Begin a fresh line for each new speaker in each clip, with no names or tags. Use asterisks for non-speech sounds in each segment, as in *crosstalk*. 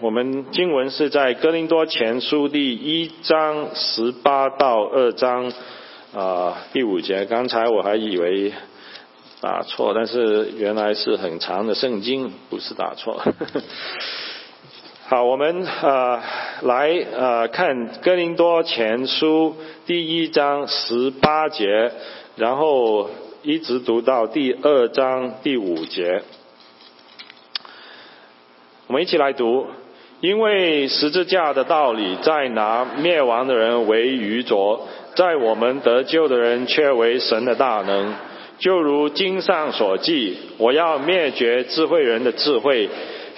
我们经文是在哥林多前书第一章十八到二章啊、呃第五节。刚才我还以为打错，但是原来是很长的圣经，不是打错。 *laughs* 好，我们呃来呃看哥林多前书第一章十八节，然后一直读到第二章第五节。我们一起来读，因为十字架的道理，在拿灭亡的人为愚拙，在我们得救的人却为神的大能。就如经上所记，我要灭绝智慧人的智慧，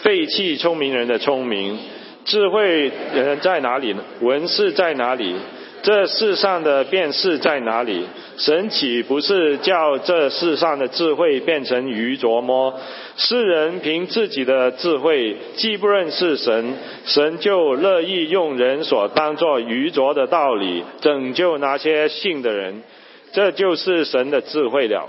废弃聪明人的聪明。智慧人在哪里呢？文士在哪里？这世上的辨识在哪里？神岂不是叫这世上的智慧变成愚拙么？世人凭自己的智慧既不认识神，神就乐意用人所当作愚拙的道理拯救那些信的人，这就是神的智慧了。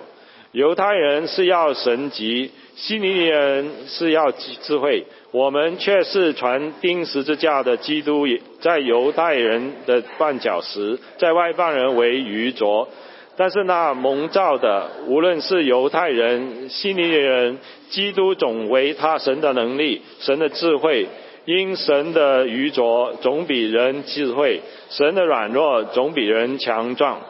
犹太人是要神级，希利尼人是要智慧，我们却是传钉十字架的基督，在犹太人的绊脚石，在外邦人为愚拙。但是那蒙召的，无论是犹太人、希利尼人，基督总为他神的能力、神的智慧。因神的愚拙总比人智慧，神的软弱总比人强壮。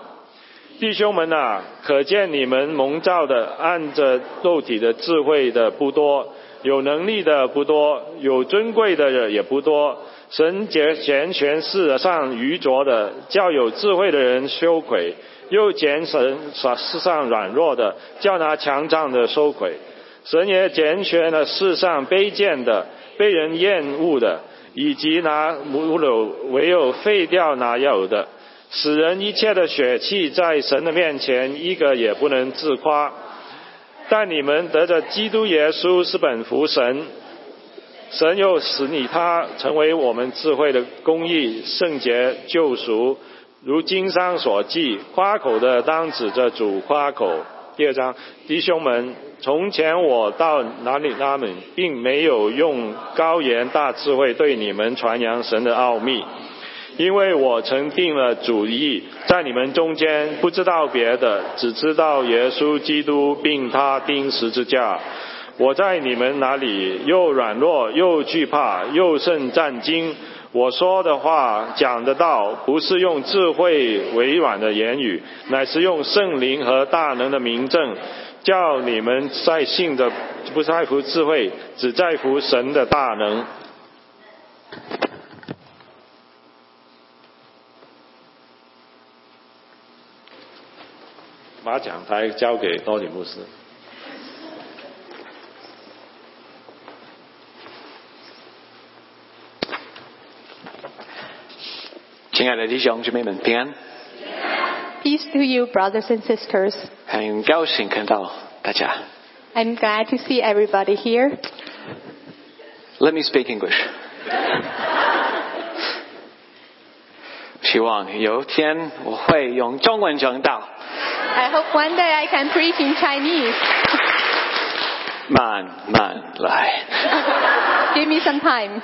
弟兄们啊，可见你们蒙召的，按着肉体的智慧的不多，有能力的不多，有尊贵的也不多。神拣拣选世上愚拙的，叫有智慧的人羞愧；又拣神世上软弱的，叫拿强壮的羞愧。神也拣选了世上卑贱的、被人厌恶的，以及拿母柳唯有废掉拿有的。使人一切的血气在神的面前一个也不能自夸。但你们得着基督耶稣是本乎神，神又使你他成为我们智慧的公义、圣洁、救赎。如经上所记，夸口的当指着主夸口。第二章，弟兄们，从前我到哪里他们，并没有用高言大智慧对你们传扬神的奥秘。因为我曾定了主意，在你们中间不知道别的，只知道耶稣基督，并他钉十字架。我在你们哪里又软弱又惧怕又甚战惊。我说的话讲的道，不是用智慧委婉的言语，乃是用圣灵和大能的明证，叫你们在信的不在乎智慧，只在乎神的大能。把讲台交给多里牧师。
亲爱的弟兄姊妹们，平安！
Peace to you, brothers and sisters.
很高兴看到大家。
I'm glad to see everybody here.
Let me speak English. *laughs* 希望有一天我会用中文讲道，
I hope one day I can preach in Chinese.
慢慢来。
Give me some time.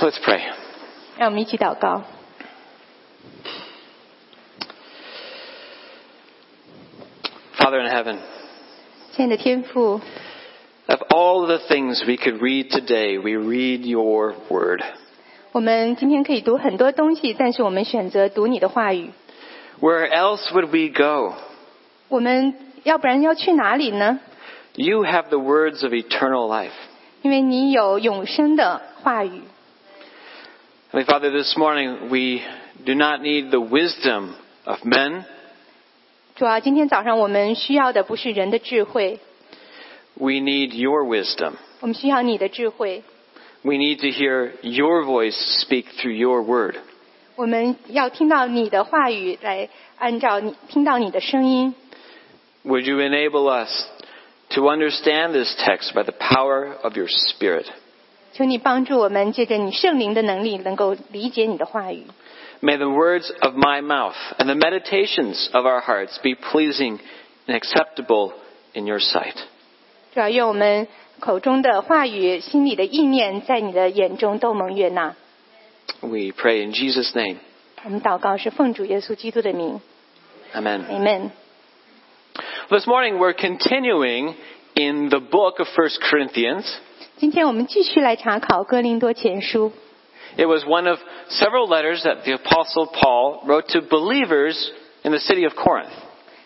Let's pray.
让我们一起祷告。
Father in heaven,
亲爱的天父，
of all the things we could read today, we read your word.
我们今天可以读很多东西，但是我们选择读你的话语。
Where else would we go?
我们要不然要去哪里呢？
You have the words of eternal life.
因为你有永生的话语。
Heavenly Father, this morning we do not need the wisdom of men.
主要今天早上我们需要的不是人的智慧，
We need your wisdom.
我们需要你的智慧。
We need to hear your voice speak through your word.
我们要听到你的话语，来按照你听到你的声音。
Would you enable us to understand this text by the power of your spirit?
求你帮助我们，借着你圣灵的能力，能够理解你的话语。
May the words of my mouth and the meditations of our hearts be pleasing and acceptable in your sight.
主要愿我们口中的话语、心里的意念，在你的眼中都蒙悦纳。
We pray in Jesus' name.
我们祷告是奉主耶稣基督的名
Amen.
，Amen。
This morning we're continuing in the book of 1 Corinthians.
今天我们继续来查考《哥林多前书》，
It was one of several letters that the apostle Paul wrote to believers in the city of Corinth.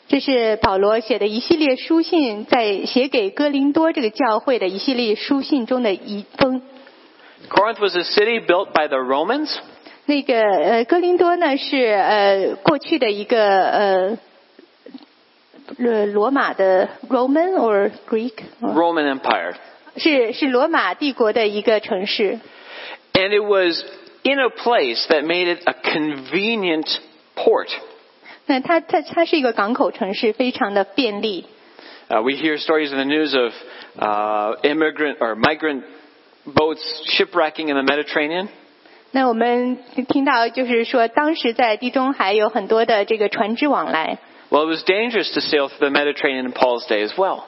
这是保罗写的一系列书信，在写给哥林多这个教会的一系列书信中的一封。
Corinth was a city built by the Romans.
那个呃，哥林多呢是呃过去的一个呃呃罗马的 Roman or Greek，呃
Roman Empire.
是是罗马帝国的一个城市。
And it was in a place that made it a convenient port.
那它它它是一个港口城市，非常的便利。
Uh, we hear stories in the news of uh, immigrant or migrant boats shipwrecking in the Mediterranean.
那我们听到就是说，当时在地中海有很多的这个船只往来。
Well, it was dangerous to sail through the Mediterranean in Paul's day as well.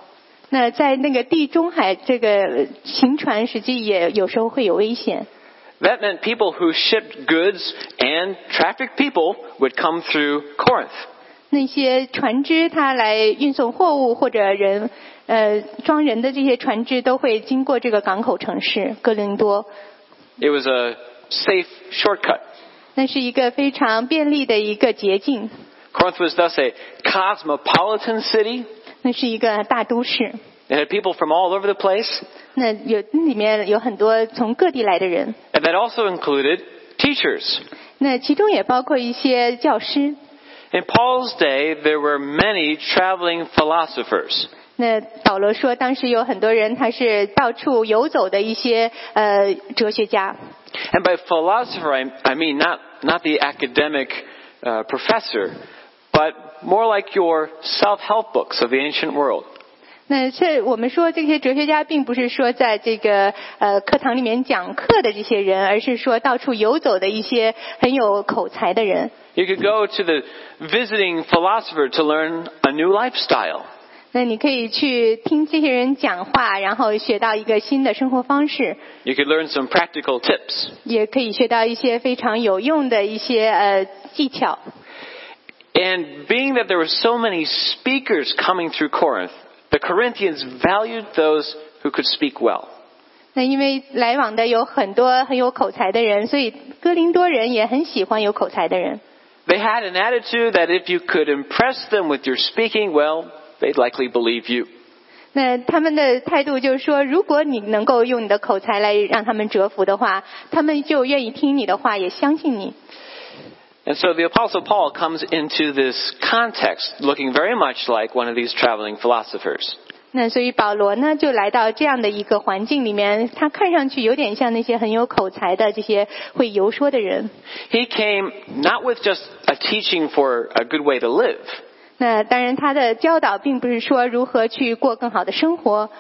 那在那个地中海这个呃行船，实际也有时候会有危险。
That meant people who shipped goods and trafficked people would come through Corinth.
那些船只它来运送货物或者人，呃，装人的这些船只都会经过这个港口城市哥林多。
It was a safe shortcut.
那是一个非常便利的一个捷径，
Corinth was thus a cosmopolitan city.
那是一个大都市。
It had people from all over the place,
那有里面有很多从各地来的人，
and that also included teachers.
那其中也包括一些教师。
In Paul's day, there were many traveling philosophers.
那保罗说，当时有很多人他是到处游走的一些呃哲学家。
And by philosopher, I, I mean not, not the academic uh, professor, but more like your self-help books of the ancient world.
那这我们说这些哲学家，并不是说在这个呃课堂里面讲课的这些人，而是说到处游走的一些很有口才的人。
You could go to the visiting philosopher to learn a new lifestyle.
那你可以去听这些人讲话，然后学到一个新的生活方式，
You could learn some practical tips.
也可以学到一些非常有用的一些呃技巧。
And being that there were so many speakers coming through Corinth, the Corinthians valued those who could speak well.
那因为来往的有很多很有口才的人，所以哥林多人也很喜欢有口才的人。
They had an attitude that if you could impress them with your speaking well, they'd likely believe you.
那他们的态度就是说，如果你能够用你的口才来让他们折服的话，他们就愿意听你的话，也相信你。
And so the Apostle Paul comes into this context looking very much like one of these traveling philosophers.
那所以保罗呢，就来到这样的一个环境里面，他看上去有点像那些很有口才的这些会游说的人。
He came not with just a teaching for a good way to live,
那当然，他的教导并不是说如何去过更好的生活，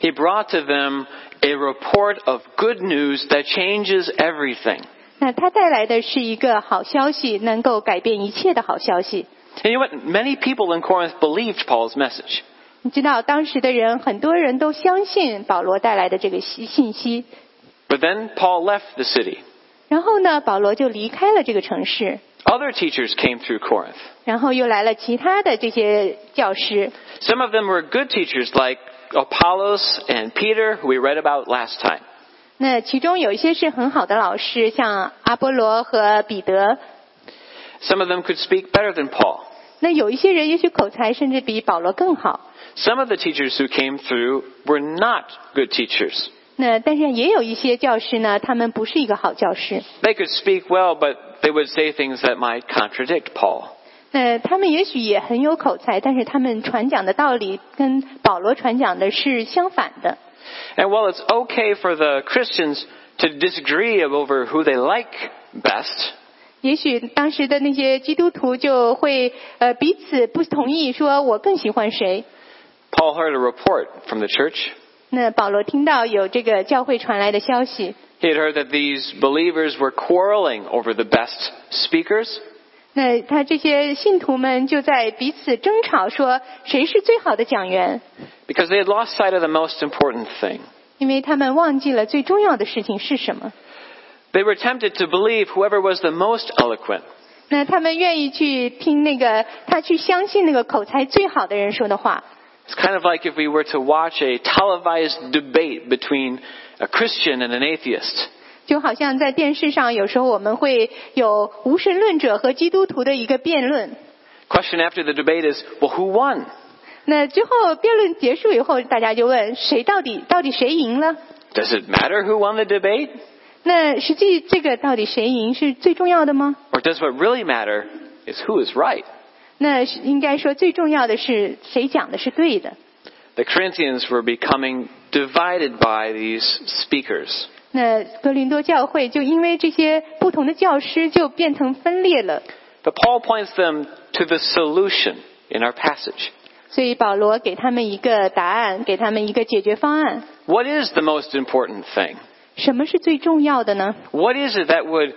He brought to them a report of good news that changes everything.
那他带来的是一个好消息，能够改变一切的好消息。
And you know what? Many people in Corinth believed Paul's message.
你知道，当时的人很多人都相信保罗带来的这个信信息。
But then Paul left the city.
然后呢，保罗就离开了这个城市，
Other teachers came through Corinth.
然后又来了其他的这些教师。
Some of them were good teachers like Apollos and Peter, who we read about last time.
那其中有一些是很好的老师，像阿波罗和彼得。
Some of them could speak better than Paul.
那有一些人也许口才甚至比保罗更好。
Some of the teachers who came through were not good teachers.
那但是也有一些教师呢，他们不是一个好教师。
They could speak well, but they would say things that might contradict Paul.
那他们也许也很有口才，但是他们传讲的道理跟保罗传讲的是相反的。
And while it's okay for the Christians to disagree over who they like best,
也许当时的那些基督徒就会呃彼此不同意，说我更喜欢谁。
Paul heard a report from the church.
那保罗听到有这个教会传来的消息，
He had heard that these believers were quarreling over the best speakers.
那他这些信徒们就在彼此争吵，说谁是最好的讲员，
because they had lost sight of the most important thing.
因为他们忘记了最重要的事情是什么。
They were tempted to believe whoever was the most eloquent
那他们愿意去听那个，他去相信那个口才最好的人说的话。
It's kind of like if we were to watch a televised debate between a Christian and an atheist.
就好像在电视上，有时候我们会有无神论者和基督徒的一个辩论。
Question after the debate is, well, who won?
那之后辩论结束以后，大家就问谁到底到底谁赢了？
Does it matter who won the debate?
那实际这个到底谁赢是最重要的吗？
Or does what really matter is who is right?
那是应该说最重要的是谁讲的是对的。
The Corinthians were becoming divided by these speakers.
那格林多教会就因为这些不同的教师就变成分裂了，
But Paul points them to the solution in our passage.
所以保罗给他们一个答案，给他们一个解决方案。
What is the most important thing?
什么是最重要的呢？
What is it that would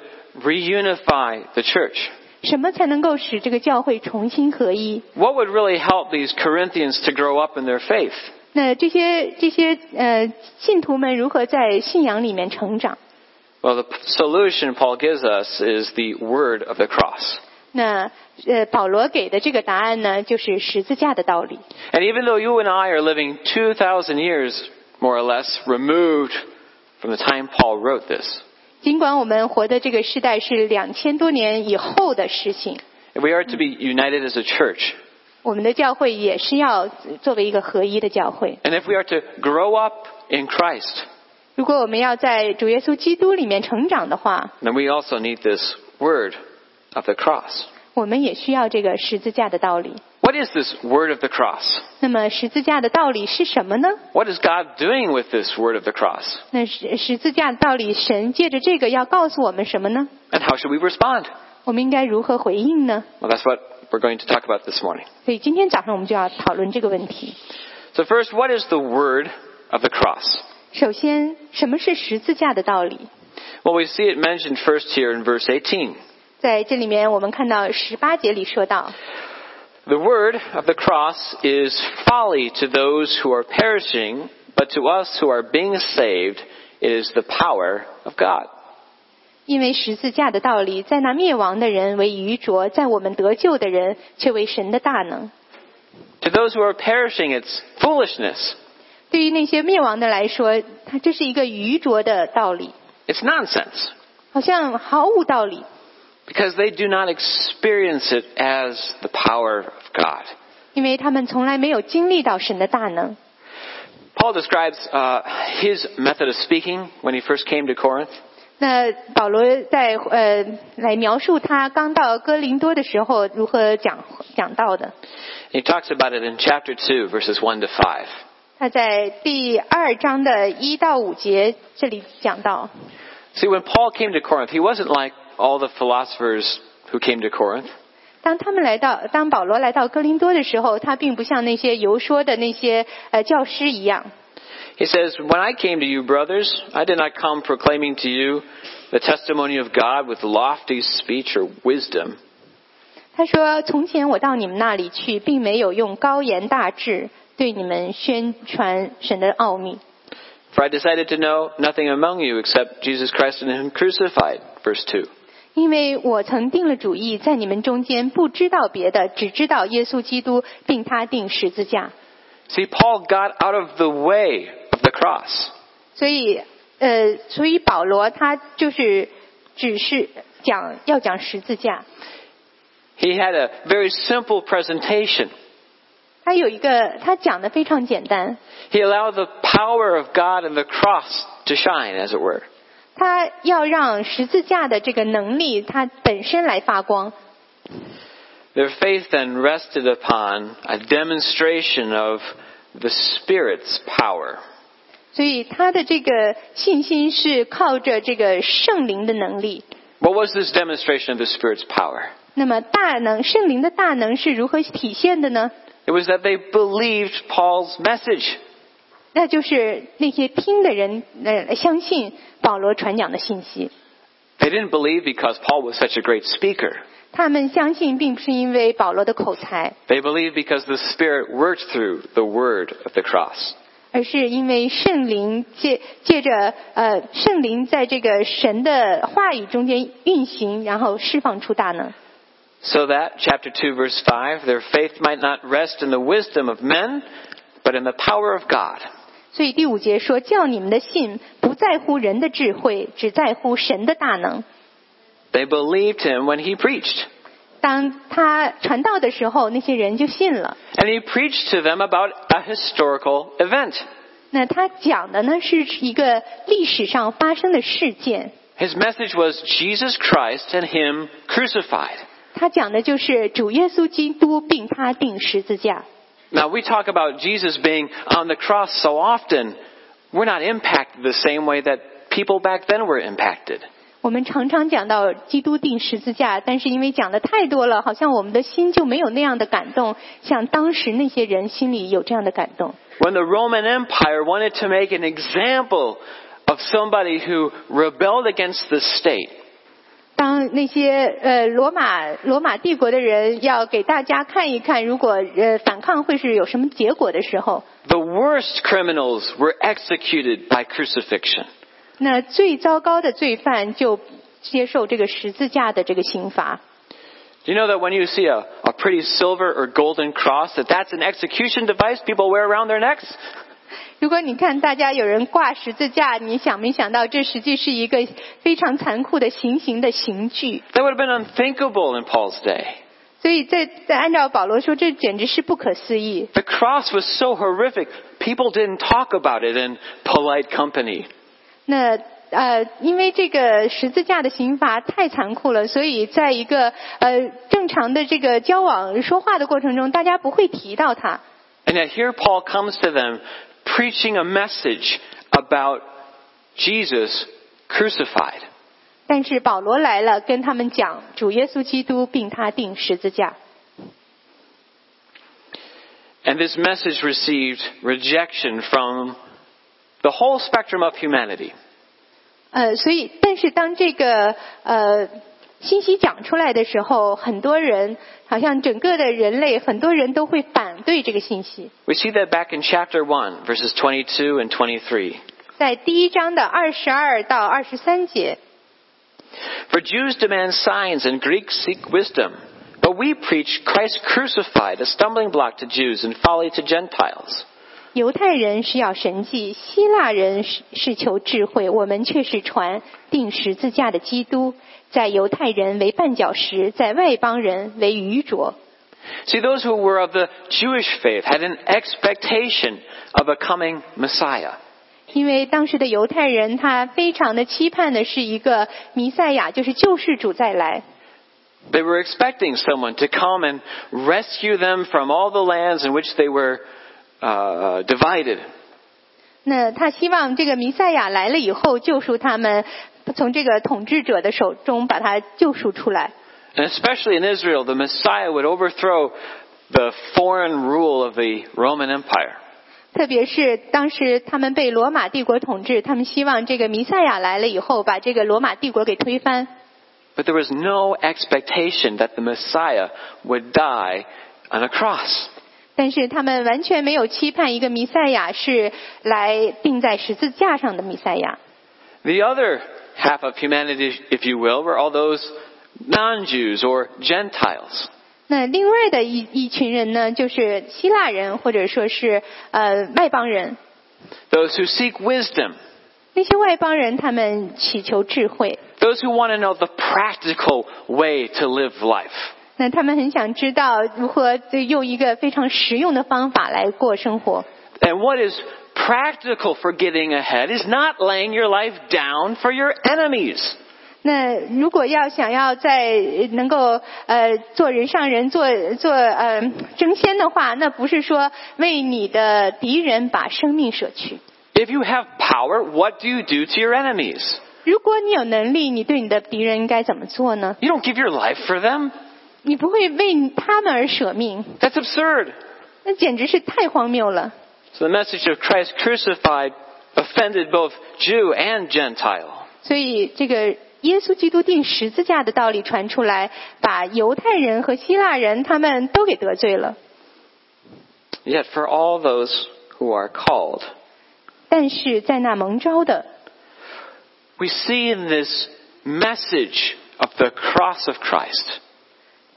reunify the church?
什么才能够使这个教会重新合一？
What would really help these Corinthians to grow up in their faith?
那这些这些呃信徒们如何在信仰里面成长？
Well, the p- solution Paul gives us is the word of the cross.
那呃保罗给的这个答案呢，就是十字架的道理。
And even though you and I are living 2,000 years, more or less, removed from the time Paul wrote this,
尽管我们活的这个时代是两千多年以后的事情，
if we are to be united as a church,
我们的教会也是要作为一个合一的教会。
and if we are to grow up in Christ,
如果我们要在主耶稣基督里面成长的话，
then we also need this word of the cross.
我们也需要这个十字架的道理。
What is this word of the cross?
那么十字架的道理是什么呢？
What is God doing with this word of the cross?
那十十字架的道理，神借着这个要告诉我们什么呢？
And how should we respond?
我们应该如何回应呢？
Well, that's what we're going to talk about this morning.
所以今天早上我们就要讨论这个问题。
So, first, what is the word of the cross?
首先，什么是十字架的道理？
Well, we see it mentioned first here in verse 18.
在这里面，我们看到十八节里说到，
The word of the cross is folly to those who are perishing, but to us who are being saved, it is the power of God.
因为十字架的道理，在那灭亡的人为愚拙，在我们得救的人却为神的大能。
To those who are perishing, it's foolishness.
对于那些灭亡的来说，它这是一个愚拙的道理，
It's nonsense
好像毫无道理，
because they do not experience it as the power of God.
因为他们从来没有经历到神的大能。
Paul describes uh, his method of speaking when he first came to Corinth.
那保罗在呃来描述他刚到哥林多的时候如何讲讲到的。
He talks about it in chapter 2, verses 1 to 5.
他在第二章的一到五节这里讲到，
See, when Paul came to Corinth, he wasn't like all the philosophers who came to Corinth.
当他们来到，当保罗来到哥林多的时候，他并不像那些游说的那些呃教师一样。
He says, When I came to you, brothers, I did not come proclaiming to you the testimony of God with lofty speech or wisdom,
他说：“从前我到你们那里去，并没有用高言大志对你们宣传神的奥秘，
for I decided to know nothing among you except Jesus Christ and Him crucified. Verse 2.
因为我曾定了主意，在你们中间不知道别的，只知道耶稣基督，并他定十字架。
See, Paul got out of the way of the cross.
所以，呃，所以保罗他就是只是讲要讲十字架，
He had a very simple presentation.
他有一个他讲的非常简单，
He allowed the power of God and the cross to shine, as it were.
他要让十字架的这个能力它本身来发光。
Their faith then rested upon a demonstration of the Spirit's power.
所以他的这个信心是靠着这个圣灵的能力。
What was this demonstration of the Spirit's power?
那么大能，圣灵的大能是如何体现的呢？
It was that they believed Paul's message.
那就是那些听的人呃相信保罗传讲的信息。
They didn't believe because Paul was such a great speaker.
他们相信并不是因为保罗的口才，
They believe because the Spirit worked through the word of the cross.
而是因为圣灵借借着呃圣灵在这个神的话语中间运行，然后释放出大能。
So that, chapter 2, verse 5, their faith might not rest in the wisdom of men, but in the power of God.
所以第五节说：“叫你们的信不在乎人的智慧，只在乎神的大能。
They believed him when he preached. ”
当他传道的时候，那些人就信了。
And he preached to them about a historical event.
那他讲的呢是一个历史上发生的事件，
His message was Jesus Christ and him crucified.
他讲的就是主耶稣基督并他定十字架。
Now, we talk about Jesus being on the cross so often, we're not impacted the same way that people back then were impacted.
我们常常讲到基督定十字架，但是因为讲的太多了，好像我们的心就没有那样的感动，像当时那些人心里有这样的感动。
When the Roman Empire wanted to make an example of somebody who rebelled against the state,
当那些呃罗马罗马帝国的人要给大家看一看，如果呃反抗会是有什么结果的时候，
the worst criminals were executed by crucifixion.
那最糟糕的罪犯就接受这个十字架的这个刑罚。
Do you know that when you see a, a pretty silver or golden cross, that that's an execution device people wear around their necks?
如果你看大家有人挂十字架，你想没想到这实际是一个非常残酷的行刑的刑具？
That would have been unthinkable in Paul's day.
所以在在按照保罗说，这简直是不可思议。
The cross was so horrific, people didn't talk about it in polite company.
那呃，因为这个十字架的刑罚太残酷了，所以在一个呃正常的这个交往说话的过程中，大家不会提到它。
And yet here Paul comes to them preaching a message about Jesus crucified.
但是保罗来了，跟他们讲主耶稣基督并他定十字架，
And this message received rejection from the whole spectrum of humanity.
呃，所以但是当这个呃信息讲出来的时候，很多人好像整个的人类很多人都会反对这个信息。
We see that back in chapter 1, verses 22 and 23.
在第一章的二十二到二十三节，
For Jews demand signs and Greeks seek wisdom. But we preach Christ crucified, a stumbling block to Jews and folly to Gentiles.
犹太人是要神迹，希腊人是是求智慧，我们却是传定十字架的基督，在犹太人为绊脚石，在外邦人为愚拙。
See, those who were of the Jewish faith had an expectation of a coming Messiah.
因为当时的犹太人，他非常的期盼的是一个弥赛亚，就是救世主再来。
They were expecting someone to come and rescue them from all the lands in which they were uh, divided.
那他希望这个弥赛亚来了以后，救赎他们，从这个统治者的手中把他救赎出来。
And especially in Israel, the Messiah would overthrow the foreign rule of the Roman Empire.
特别是当时他们被罗马帝国统治，他们希望这个弥赛亚来了以后，把这个罗马帝国给推翻。
But there was no expectation that the Messiah would die on a cross.
但是他们完全没有期盼一个弥赛亚是来钉在十字架上的弥赛亚。
The other half of humanity, if you will, were all those non Jews or Gentiles.
那另外的一一群人呢，就是希腊人或者说是呃外邦人。
Those who seek wisdom.
那些外邦人他们祈求智慧，
Those who want to know the practical way to live life.
那他们很想知道如何就用一个非常实用的方法来过生活。
And what is practical for getting ahead is not laying your life down for your enemies.
那如果要想要在呃能够呃做人上人做做呃争先的话，那不是说为你的敌人把生命舍去。
If you have power, what do you do to your enemies?
如果你有能力，你对你的敌人应该怎么做呢？
You don't give your life for them.
你不会为他们而舍命，
That's absurd.
那简直是太荒谬了。
So the message of Christ crucified offended both Jew and Gentile.
所以这个耶稣基督定十字架的道理传出来，把犹太人和希腊人他们都给得罪了。
Yet for all those who are called,
但是在那蒙召的，
we see in this message of the cross of Christ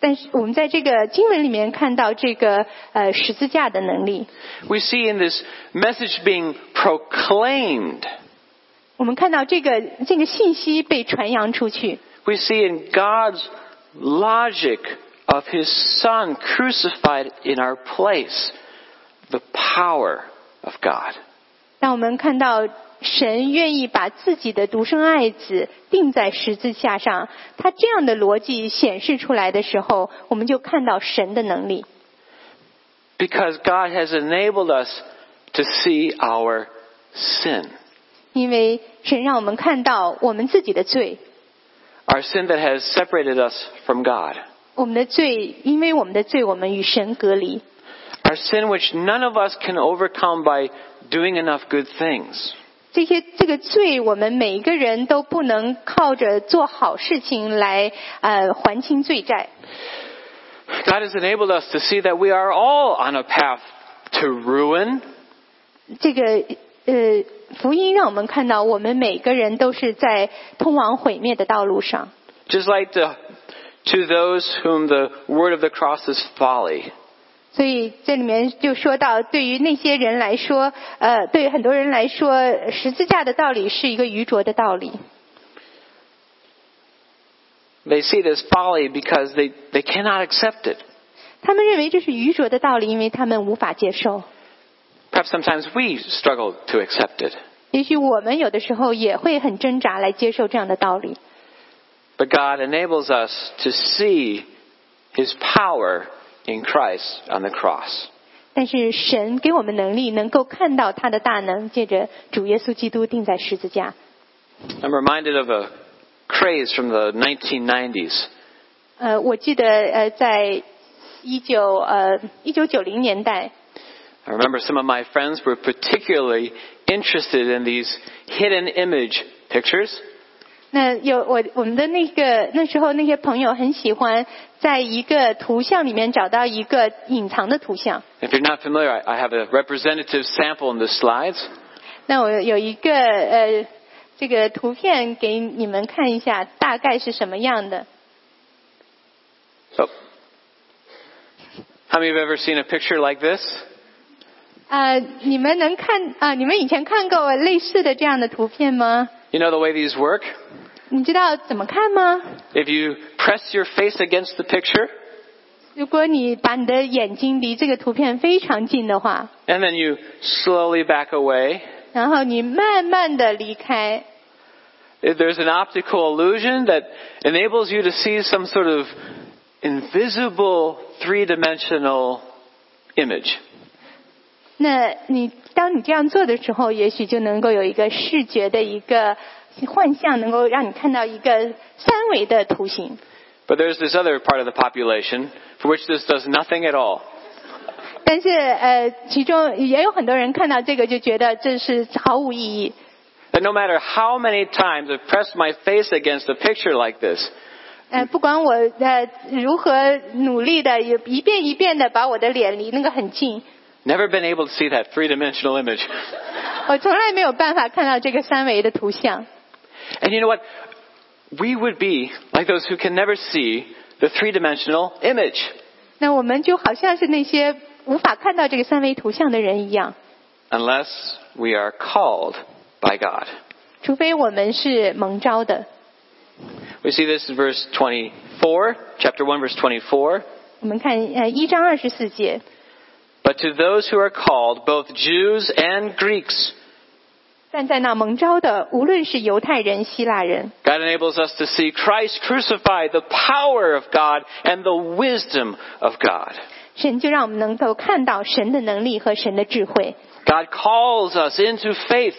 但是我们在这个经文里面看到这个呃十字架的能力，
We see in this message being proclaimed.
我们看到这个这个信息被传扬出去，
We see in God's logic of His Son crucified in our place the power of God.
让我们看到神愿意把自己的独生爱子钉在十字架上，他这样的逻辑显示出来的时候，我们就看到神的能力，
Because God has enabled us to see our sin.
因为神让我们看到我们自己的罪，
Our sin that has separated us from God.
我们的罪，因为我们的罪，我们与神隔离，
Our sin which none of us can overcome by doing enough good things.
这些这个罪，我们每一个人都不能靠着做好事情来呃还清罪债。
God has enabled us to see that we are all on a path to ruin,
这个呃福音让我们看到，我们每个人都是在通往毁灭的道路上。
just like the, to those whom the word of the cross is folly.
所以这里面就说到，对于那些人来说，呃，对于很多人来说，呃十字架的道理是一个愚拙的道理。
They see it as folly because they, they cannot accept it.
他们认为这是愚拙的道理，因为他们无法接受。
Perhaps sometimes we struggle to accept it.
也许我们有的时候也会很挣扎来接受这样的道理，
But God enables us to see His power in Christ on the cross.
但是神给我们能力，能够看到他的大能，借着主耶稣基督钉在十字架。
I'm reminded of a craze from the 1990s.
呃，我记得呃，在一九呃一九九零年代，
I remember some of my friends were particularly interested in these hidden image pictures.
那有我我们的那个那时候那些朋友很喜欢在一个图像里面找到一个隐藏的图像。
If you're not familiar, I I have a representative sample in the slides.
那我有一个呃这个图片给你们看一下，大概是什么样的？
So, Oh. how many of you have ever seen a picture like this?
啊、你们能看啊、你们以前看过类似的这样的图片吗？
You know the way these work?
你知道怎么看吗？
If you press your face against the picture
如果你把你的眼睛离这个图片非常近的话，
and then you slowly back away,
然后你慢慢的离开，
if eh, there's an optical illusion that enables you to see some sort of invisible three-dimensional image.
那你当你这样做的时候，也许就能够有一个视觉的一个幻象，能够让你看到一个三维的图形。
But there's this other part of the population for which this does nothing at all.
但是呃，其中也有很多人看到这个就觉得这是毫无意义。
That no matter how many times I've pressed my face against a picture like this,
呃，不管我呃如何努力的，也一遍一遍的把我的脸离那个很近，
never been able to see that three-dimensional image.
*laughs* 我从来没有办法看到这个三维的图像。
And you know what? We would be like those who can never see the three-dimensional image.
那我们就好像是那些无法看到这个三维图像的人一样，
unless we are called by God.
除非我们是蒙招的。
We see this in verse 24, chapter 1, verse 24.
我们看呃一章二十四节，
But to those who are called, both Jews and Greeks,
但在那蒙招的，无论是犹太人、希腊人，
God enables us to see Christ crucified, the power of God and the wisdom of God.
神就让我们能够看到神的能力和神的智慧。
God calls us into faith.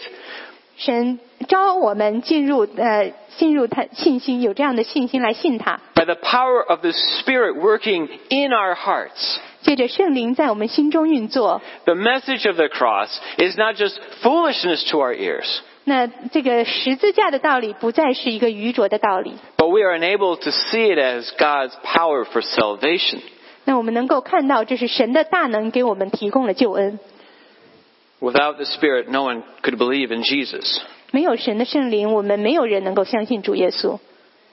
神招我们进入呃进入他信心，有这样的信心来信他，
By the power of the Spirit working in our hearts,
借着圣灵在我们心中运作。
the message of the cross is not just foolishness to our ears,
那这个十字架的道理不再是一个愚拙的道理，
But we are enabled to see it as God's power for salvation.
那我们能够看到，这是神的大能给我们提供了救恩。
Without the Spirit, no one could believe in Jesus.
没有神的圣灵，我们没有人能够相信主耶稣。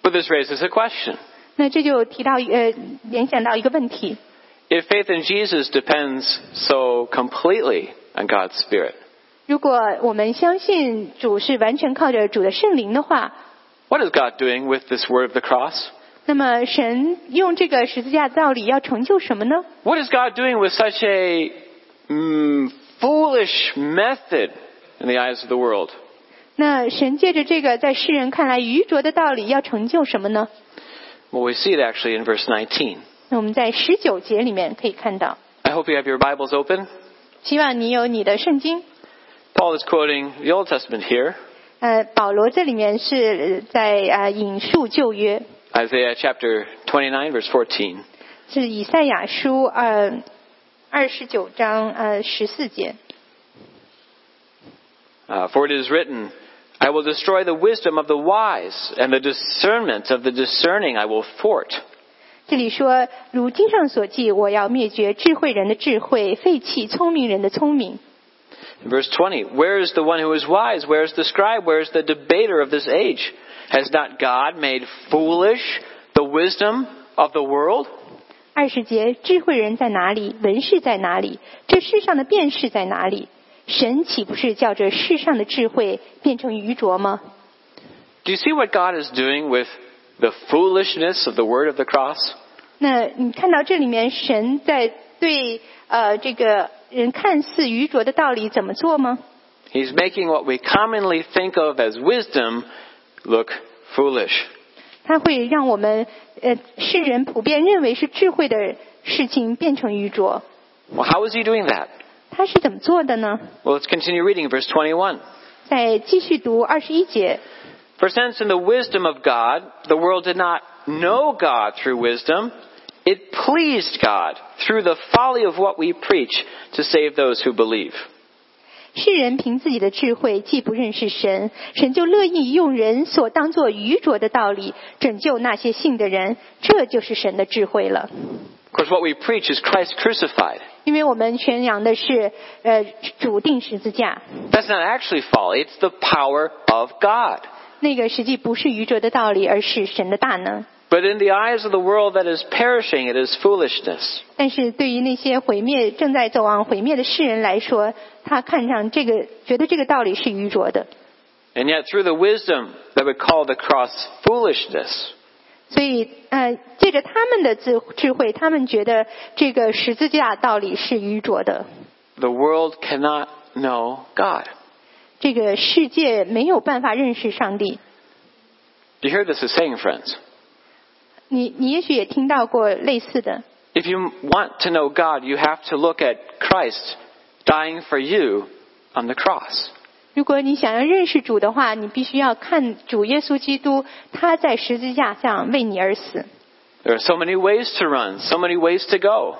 But this raises a question.
那这就提到呃，联想到一个问题：
If faith in Jesus depends so completely on God's Spirit,
如果我们相信主是完全靠着主的圣灵的话，
what is God doing with this word of the cross?
那么神用这个十字架的道理要成就什么呢？
What is God doing with such a mm, foolish method in the eyes of the world?
那神借着这个在世人看来愚拙的道理要成就什么呢？
Well, we see it actually in verse 19.
那我们在十九节里面可以看到，
I hope you have your Bibles open.
希望你有你的圣经。
Paul is quoting the Old Testament here,
呃，保罗这里面是呃在呃引述旧约，
Isaiah chapter 29, verse 14.
是以赛亚书呃二十九章呃十四节。
Uh, for it is written, I will destroy the wisdom of the wise, and the discernment of the discerning I will thwart.
这里说，如经上所记，我要灭绝智慧人的智慧，废弃聪明人的聪明。
Verse 20, Where is the one who is wise? Where is the scribe? Where is the debater of this age? Has not God made foolish the wisdom of the world?
二十节，智慧人在哪里？文士在哪里？这世上的辩士在哪里？神岂不是叫这世上的智慧变成愚拙吗？
Do you see what God is doing with the foolishness of the word of the cross?
那你看到这里面，神在对呃这个人看似愚拙的道理怎么做吗？
He's making what we commonly think of as wisdom look foolish.
他会让我们呃世人普遍认为是智慧的事情变成愚拙。
Well, how is he doing that?
他是怎么做的呢？
Well, let's continue reading verse 21.
再继续读二十一节。
For since in the wisdom of God, the world did not know God through wisdom, it pleased God through the folly of what we preach to save those who believe.
世人凭自己的智慧既不认识神，神就乐意用人所当作愚拙的道理拯救那些信的人，这就是神的智慧了。
Of course, what we preach is Christ crucified.
因为我们宣扬的是呃主定十字架，
That's not actually folly, it's the power of God.
那个实际不是愚拙的道理，而是神的大能。
But in the eyes of the world that is perishing, it is foolishness.
但是对于那些毁灭正在走往毁灭的世人来说，他看上这个，觉得这个道理是愚拙的。
And yet, through the wisdom that we call the cross foolishness,
所以，呃，借着他们的智智慧，他们觉得这个十字架道理是愚拙的。
the world cannot know God.
这个世界没有办法认识上帝。
Do you hear this is saying, friends?
你你也许也听到过类似的。
If you want to know God, you have to look at Christ dying for you on the cross.
如果你想要认识主的话，你必须要看主耶稣基督，他在十字架上为你而死。
There are so many ways to run, so many ways to go.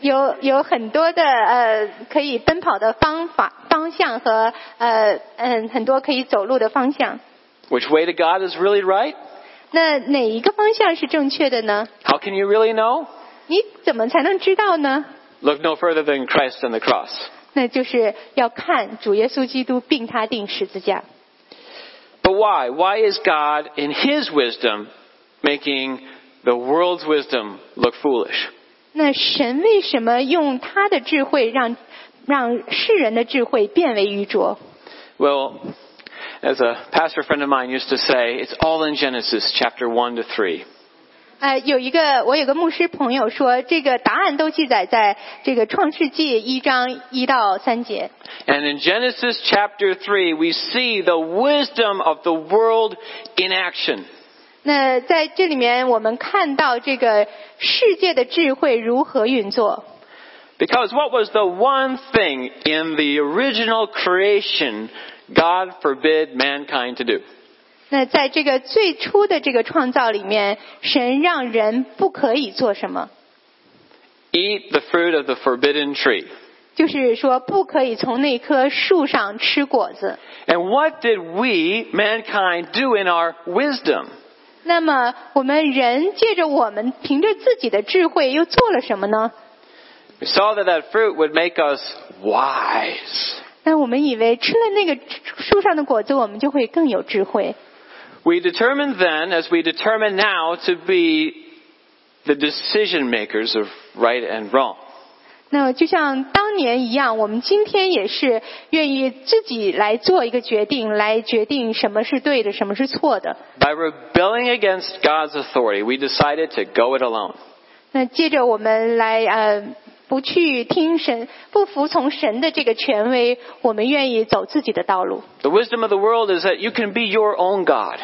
有有很多的呃可以奔跑的方法方向和呃嗯很多可以走路的方向。
Which way to God is really right?
那哪一个方向是正确的呢？
How can you really know?
你怎么才能知道呢？
Look no further than Christ on the cross.
那就是要看主耶稣基督并他定十字架。
But why? Why is God, in His wisdom, making the world's wisdom look foolish?
那神为什么用他的智慧让让世人的智慧变为愚拙？
Well, as a pastor friend of mine used to say, it's all in Genesis chapter 1 to 3.
呃，有一个我有个牧师朋友说，这个答案都记载在这个创世纪一章一到三节。
And in Genesis chapter 3, we see the wisdom of the world in action.
那在这里面，我们看到这个世界的智慧如何运作。
Because what was the one thing in the original creation God forbid mankind to do?
那在这个最初的这个创造里面，神让人不可以做什么，
Eat the fruit of the forbidden tree.
就是说不可以从那棵树上吃果子。
And what did we, mankind, do in our wisdom?
那么我们人借着我们凭着自己的智慧又做了什么呢？
We saw that that fruit would make us wise.
那我们以为吃了那个树上的果子，我们就会更有智慧。
We determined then, as we determine now, to be the decision makers of right and wrong.
那就像当年一样，我们今天也是愿意自己来做一个决定，来决定什么是对的，什么是错的。
By rebelling against God's authority, we decided to go it alone.
那接着我们来呃，不去听神，不服从神的这个权威，我们愿意走自己的道路。
The wisdom of the world is that you can be your own God,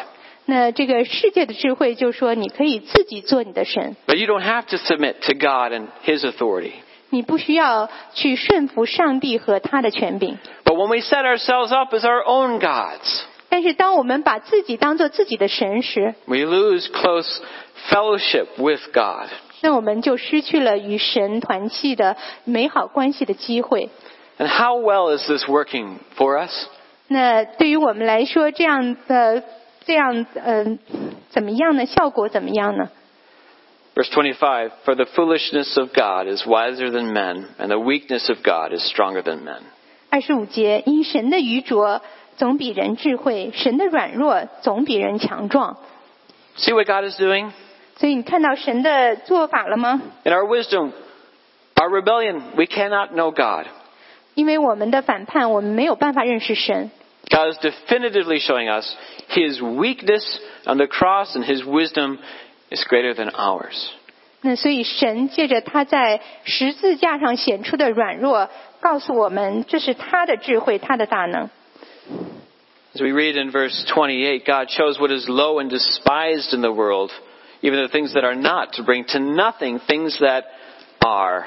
那这个世界的智慧就说，你可以自己做你的神，
but you don't have to submit to God and His authority.
你不需要去顺服上帝和他的权柄。
But when we set ourselves up as our own gods,
但是当我们把自己当做自己的神时，
we lose close fellowship with God.
那我们就失去了与神团契的美好关系的机会。
And how well is this working for us?
那对于我们来说，这样的这样嗯、怎么样呢？效果怎么样呢？
Verse 25, for the foolishness of God is wiser than men, and the weakness of God is stronger than men.
二十五节，因神的愚拙总比人智慧，神的软弱总比人强壮。
See what God is doing?
所以你看到神的做法了吗？
In our wisdom, our rebellion, we cannot know God.
因为我们的反叛，我们没有办法认识神。
God is definitively showing us his weakness on the cross and his wisdom is greater than ours.
那所以神借着他在十字架上显出的软弱，告诉我们这是他的智慧，他的大能。
As we read in verse 28, God shows what is low and despised in the world, even the things that are not, to bring to nothing things that are.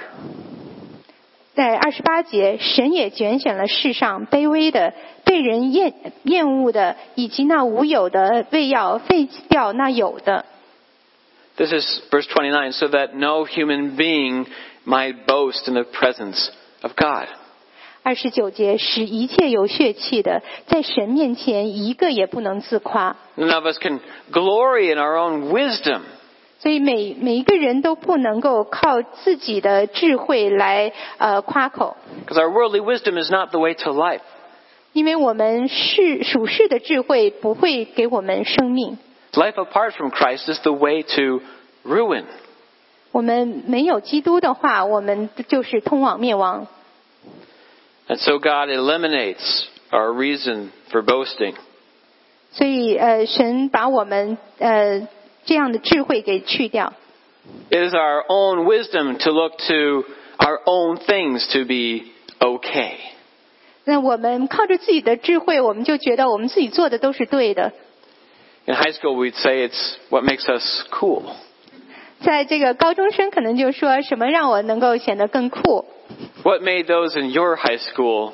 在二十八节，神也拣选了世上卑微的、被人厌厌恶的，以及那无有的，为要废掉那有的。
This is verse 29, so that no human being might boast in the presence of God.
二十九节，使一切有血气的，在神面前一个也不能自夸。
None of us can glory in our own wisdom.
所以每每一个人都不能够靠自己的智慧来呃夸口，
Because our worldly wisdom is not the way to life.
因为我们是属世的智慧不会给我们生命，
Life apart from Christ is the way to ruin.
我们没有基督的话，我们就是通往灭亡。
And so God eliminates our reason for boasting.
所以呃，神把我们呃这样的智慧给去掉，
It is our own wisdom to look to our own things to be okay.
那我们靠着自己的智慧，我们就觉得我们自己做的都是对的。
In high school, we'd say it's what makes us cool.
在这个高中生可能就说什么让我能够显得更酷，
What made those in your high school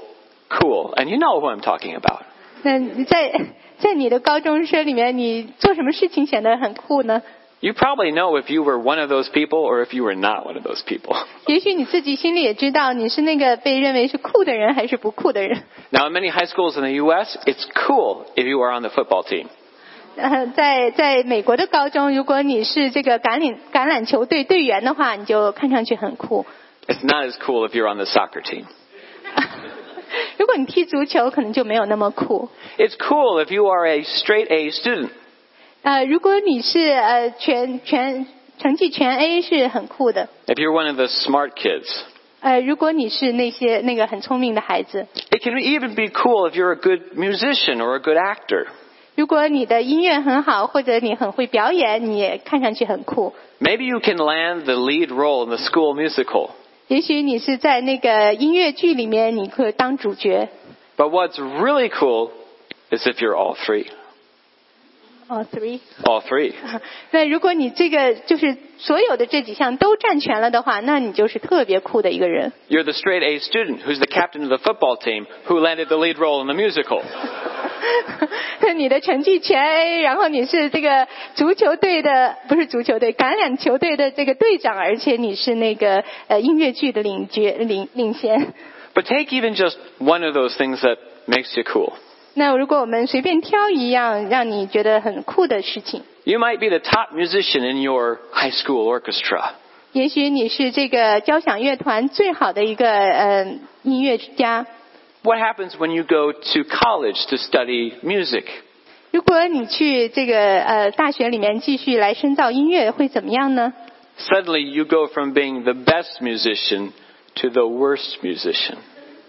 cool? And you know who I'm talking about.
那你在 *laughs* 在你的高中生里面，你做什么事情显得很酷呢？
You probably know if you were one of those people or if you were not one of those people. *laughs*
也许你自己心里也知道，你是那个被认为是酷的人还是不酷的人。 *laughs*
Now, in many high schools in the U.S., it's cool if you are on the football team.
呃，在在美国的高中，如果你是这个橄榄橄榄球队队员的话，你就看上去很酷；
It's not as cool if you're on the soccer team.
*laughs* 如果你踢足球，可能就没有那么酷。
It's cool if you are a straight A student.
呃，如果你是呃全全成绩全 A 是很酷的。
If you're one of the smart kids.
呃，如果你是那些那个很聪明的孩子，
It can even be cool if you're a good musician or a good actor.
如果你的音乐很好，或者你很会表演，你也看上去很酷。
Maybe you can land the lead role in the school musical.
也许你是在那个音乐剧里面，你会当主角。
But what's really cool is if you're all three.
哦、t h r e e
All three.
*laughs* 那如果你这个就是所有的这几项都占全了的话，那你就是特别酷的一个人。
You're the straight A student who's the captain of the football team who landed the lead role in the musical.
*laughs* 你的成绩全 A，然后你是这个足球队的，不是足球队，橄榄球队的这个队长，而且你是那个呃音乐剧的领角领领先。 *laughs*
But take even just one of those things that makes you cool.
那如果我们随便挑一样让你觉得很酷的事情，
You might be the top musician in your high school orchestra.
也许你是这个交响乐团最好的一个呃音乐家。
What happens when you go to college to study music?
如果你去这个呃大学里面继续来深造音乐，会怎么样呢？
Suddenly you go from being the best musician to the worst musician.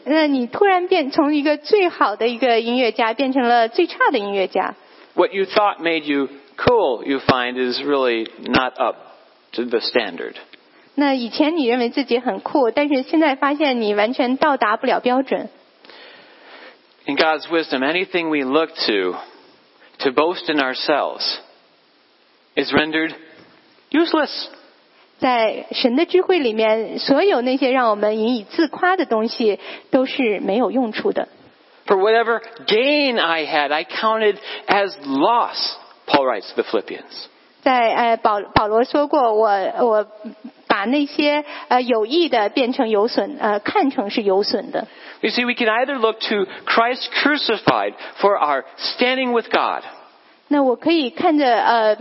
那你突然变从一个最好的一个音乐家变成了最差的音乐家，
What you thought made you cool, you find is really not up to the standard.
那以前你认为自己很酷，但是现在发现你完全到达不了标准。
In God's wisdom, anything we look to to boast in ourselves is rendered useless.
在神的智慧里面，所有那些让我们引以自夸的东西都是没有用处的。
For whatever gain I had, I counted as loss, Paul writes to the Philippians.
在呃保保罗说过，我我把那些呃有益的变成有损，呃看成是有损的。
You see, we can either look to Christ crucified for our standing with God,
那我可以看着呃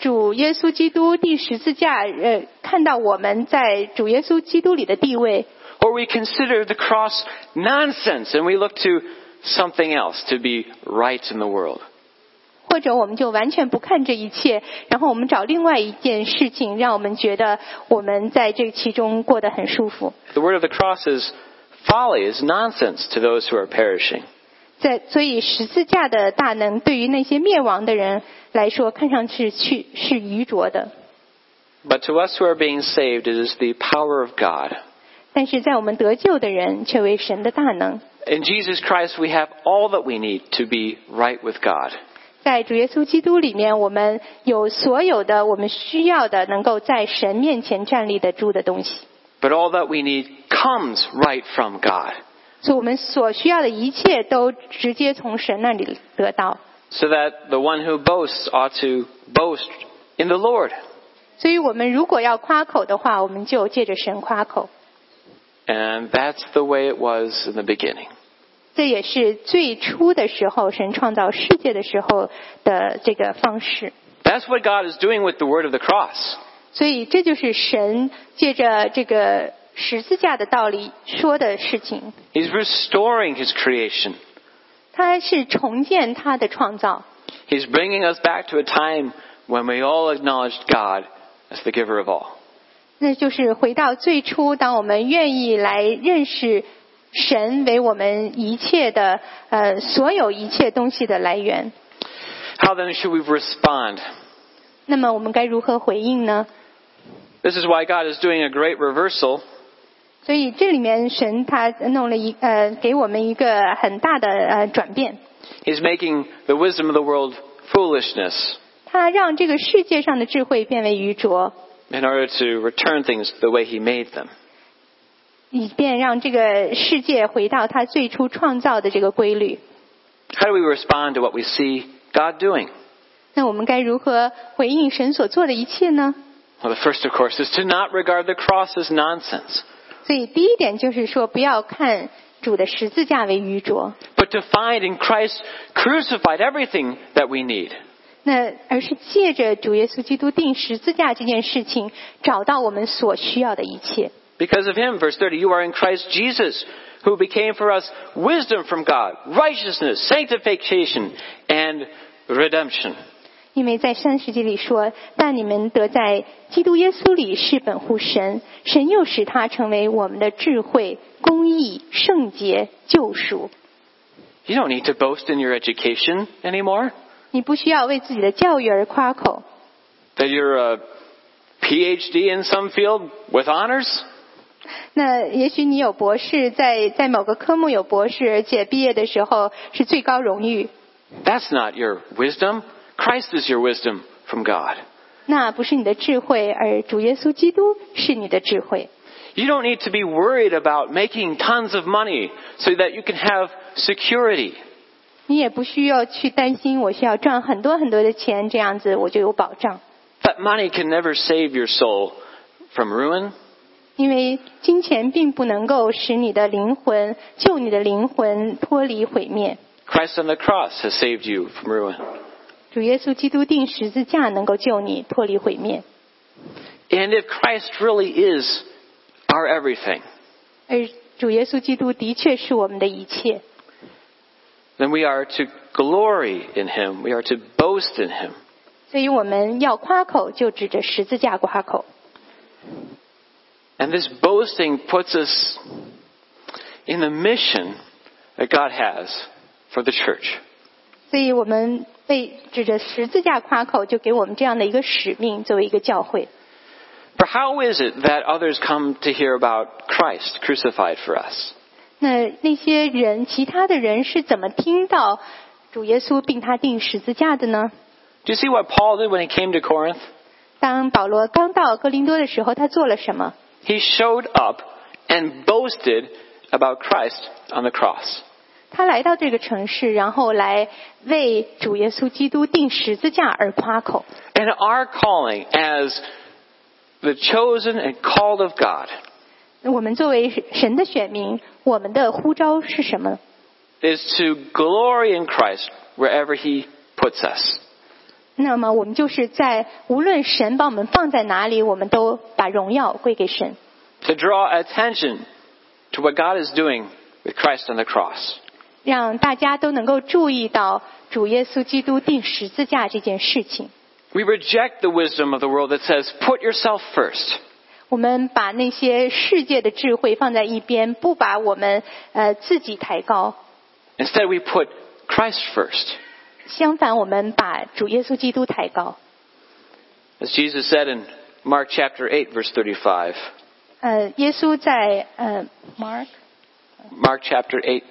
主耶稣基督第十字架，呃看到我们在主耶稣基督里的地位，
or we consider the cross nonsense and we look to something else to be right in the world.
或者我们就完全不看这一切，然后我们找另外一件事情，让我们觉得我们在这其中过得很舒服。
The word of the cross is folly, is nonsense to those who are perishing.
在所以十字架的大能对于那些灭亡的人来说，看上去去是愚拙的，
But to us who are being saved, it is the power of God.
但是在我们得救的人却为神的大能。
In Jesus Christ, we have all that we need to be right with God.
在主耶稣基督里面，我们有所有的我们需要的，能够在神面前站立得住的东西。
But all that we need comes right from God.
所以我们所需要的一切都直接从神那里得到。
So that the one who boasts ought to boast in the Lord.
所以我们如果要夸口的话，我们就借着神夸口。
And that's the way it was in the beginning.
这也是最初的时候，神创造世界的时候的这个方式。
That's what God is doing with the word of the cross.
所以这就是神借着这个十字架的道理说的事情。
He's restoring his creation.
他是重建他的创造，
He's bringing us back to a time when we all acknowledged God as the giver of all.
那就是回到最初，当我们愿意来认识神为我们一切的呃所有一切东西的来源。
How then should we respond?
那么我们该如何回应呢？
This is why God is doing a great reversal
所以这里面神他弄了一呃给我们一个很大的呃转变，
He's making the wisdom of the world foolishness
他让这个世界上的智慧变为愚拙，
in order to return things the way He made them.
以便让这个世界回到他最初创造的这个规律。
How do we respond to what we see God doing?
那我们该如何回应神所做的一切呢？
Well, the first, of course, is to not regard the cross as nonsense,
所以第一点就是说，不要看主的十字架为愚拙，
but to find in Christ crucified everything that we need.
那而是借着主耶稣基督定十字架这件事情，找到我们所需要的一切。
Because of Him, verse 30, you are in Christ Jesus, who became for us wisdom from God, righteousness, sanctification, and redemption.
因为在三十节里说，但你们得在基督耶稣里是本乎神，神又使他成为我们的智慧、公义、圣洁、救赎。
You don't need to boast in your education anymore.
你不需要为自己的教育而夸口，
that you're a PhD in some field with honors?
那也许你有博士，在在某个科目有博士，而且毕业的时候是最高荣誉，
That's not your wisdom. Christ is your wisdom from God.
那不是你的智慧，而主耶稣基督是你的智慧。
You don't need to be worried about making tons of money so that you can have security.
你也不需要去担心，我需要赚很多很多的钱，这样子我就有保障。
But money can never save your soul from ruin.
因为金钱并不能够使你的灵魂、救你的灵魂脱离毁灭。
Christ on the cross has saved you from ruin.
主耶稣基督定十字架能够救你脱离毁灭。
And if Christ really is our everything,
而主耶稣基督的确是我们的一切，
then we are to glory in him. We are to boast in him.
所以我们要夸口就指着十字架夸口。
And this boasting puts us in the mission that God has for the church.
所以我们被指着十字架夸口，就给我们这样的一个使命，作为一个教会。
For how is it that others come to hear about Christ crucified for us?
那那些人，其他的人是怎么听到主耶稣并他定十字架的呢？
Do you see what Paul did when he came to Corinth?
当保罗刚到哥林多的时候，他做了什么？
He showed up and boasted about Christ on the cross.
他来到这个城市，然后来为主耶稣基督定十字架而夸口。
And our calling as the chosen and called of God
那我们作为神的选民，我们的呼召是什么？
is to glory in Christ wherever he puts us.
那么我们就是在无论神把我们放在哪里，我们都把荣耀归给神，
to draw attention to what God is doing with Christ on the cross.
让大家都能够注意到主耶稣基督定十字架这件事情。
We reject the wisdom of the world that says, put yourself first.
我们把那些世界的智慧放在一边，不把我们呃自己抬高，
Instead, we put Christ first.
相反，我们把主耶稣基督抬高。
As Jesus said in Mark chapter 8, verse 35.
呃，耶稣在呃 Mark
Mark chapter 8,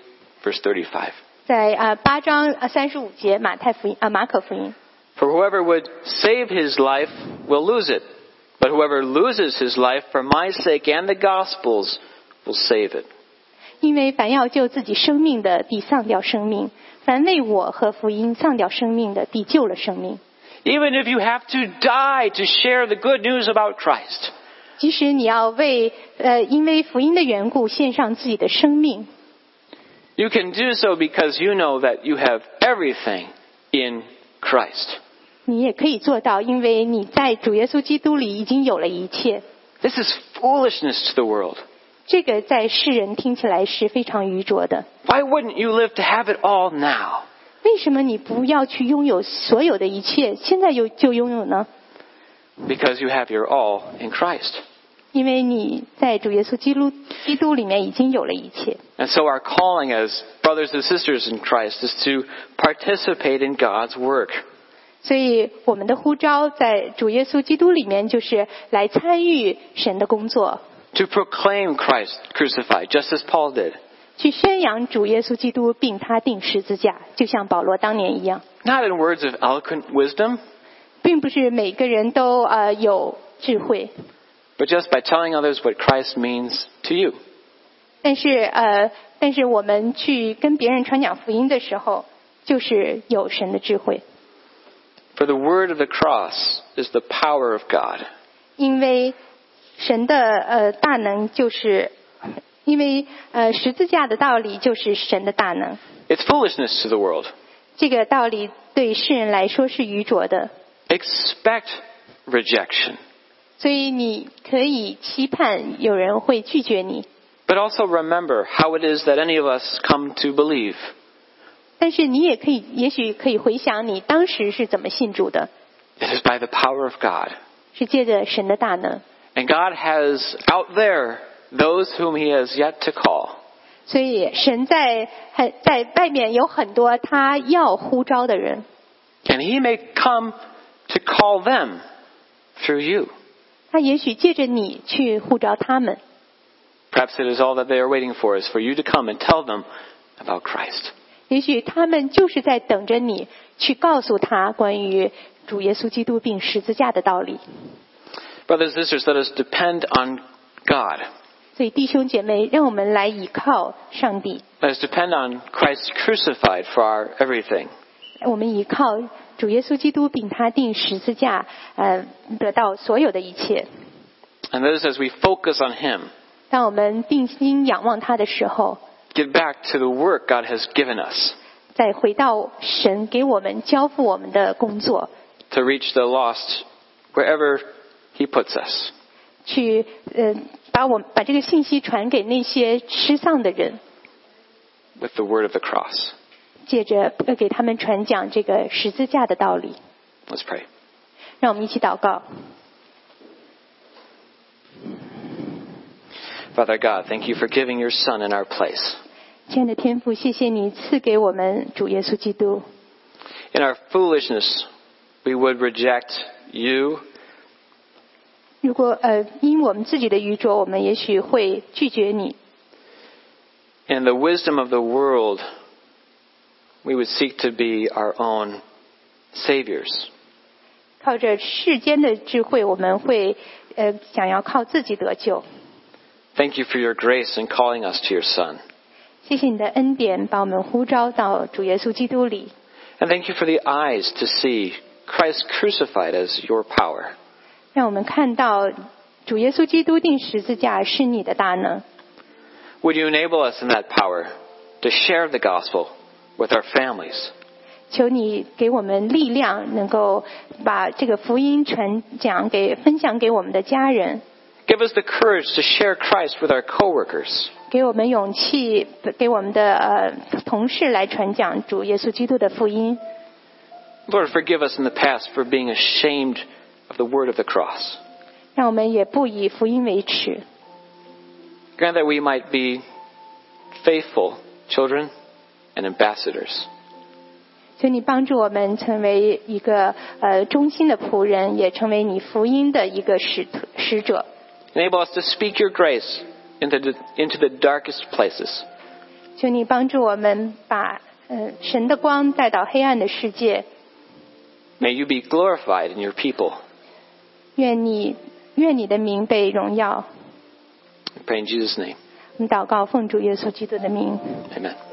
verse 35.
在呃八章呃三十五节马太福音啊、马可福音，
For whoever would save his life will lose it, but whoever loses his life for my sake and the gospel's will save it.
因为凡要救自己生命的，必丧掉生命；凡为我和福音丧掉生命的，必救了生命。
Even if you have to die to share the good news about Christ.
即使你要为呃因为福音的缘故献上自己的生命，
You can do so because you know that you have everything in Christ.
你也可以做到，因为你在主耶稣基督里已经有了一切。
This is foolishness to the world.
这个在世人听起来是非常愚拙的。
Why wouldn't you live to have it all now?
为什么你不要去拥有所有的一切，现在就就拥有呢？
Because you have your all in Christ.
因为你在主耶稣基督基督里面已经有了一切。
And so our calling as brothers and sisters in Christ is to participate in God's work.
所以我们的呼召在主耶稣基督里面，就是来参与神的工作，
To proclaim Christ crucified, just as Paul did.
去宣扬主耶稣基督，并他定十字架，就像保罗当年一样，
Not in words of eloquent wisdom,
并不是每个人都呃有智慧，
but just by telling others what Christ means to you.
但是呃，但是我们去跟别人传讲福音的时候，就是有神的智慧，
For the word of the cross is the power of God.
因为神的呃大能就是。因为呃，十字架的道理就是神的大能，
It's foolishness to the world.
这个道理对世人来说是愚拙的，
Expect rejection.
所以你可以期盼有人会拒绝你，
But also remember how it is that any of us come to believe.
但是你也可以，也许可以回想你当时是怎么信主的，
It is by the power of God.
是借着神的大能。
And God has out there those whom He has yet to call.
所以神在很在外面有很多他要呼召的人，
And He may come to call them through you.
他也许借着你去呼召他们。
Perhaps it is all that they are waiting for is for you to come and tell them about Christ.
也许他们就是在等着你去告诉他关于主耶稣基督并十字架的道理。
Brothers and sisters, let us depend on God.
所以弟兄姐妹，让我们来倚靠上帝。
Let us depend on Christ crucified for our everything.
我们依靠主耶稣基督，并他定十字架，呃，得到所有的一切。
And that is as we focus on Him,
当我们定睛仰望他的时候，
get back to the work God has given us
再回到神给我们交付我们的工作，
to reach the lost wherever He puts us.
去呃把我把这个信息传给那些失丧的人，
with the word of the cross.
借着呃给他们传讲这个十字架的道理。
Let's pray.
让我们一起祷告，
Father God, thank you for giving your Son in our place.
亲爱的天父，谢谢你赐给我们主耶稣基督。
In our foolishness, we would reject you,
如果呃因我们自己的愚拙，我们也许会拒绝你；
and the wisdom of the world, we would seek to be our own saviors.
靠着世间的智慧，我们会呃想要靠自己得救。
Thank you for your grace in calling us to your Son.
谢谢你的恩典，把我们呼召到主耶稣基督里。
And thank you for the eyes to see Christ crucified as your power.
让我们看到主耶稣基督定十字架是你的大能，
Would you enable us in that power to share the gospel with our families,
求你给我们力量，能够把这个福音传讲给分享给我们的家人，
Give us the courage to share Christ with our coworkers.
给我们勇气，给我们的呃同事来传讲主耶稣基督的福音。
Lord, forgive us in the past for being ashamed of the word of the cross.
让我们也不以福音为耻，
Grant that we might be faithful children and ambassadors.
求你帮助我们成为一个呃忠心的仆人，也成为你福音的一个使徒使者。
Enable us to speak your grace into the, into the darkest places.
求你帮助我们把呃神的光带到黑暗的世界。
May you be glorified in your people.
愿你愿你的名被荣耀。
We pray in Jesus' name.
我们祷告，奉主耶稣基督的名。
Amen.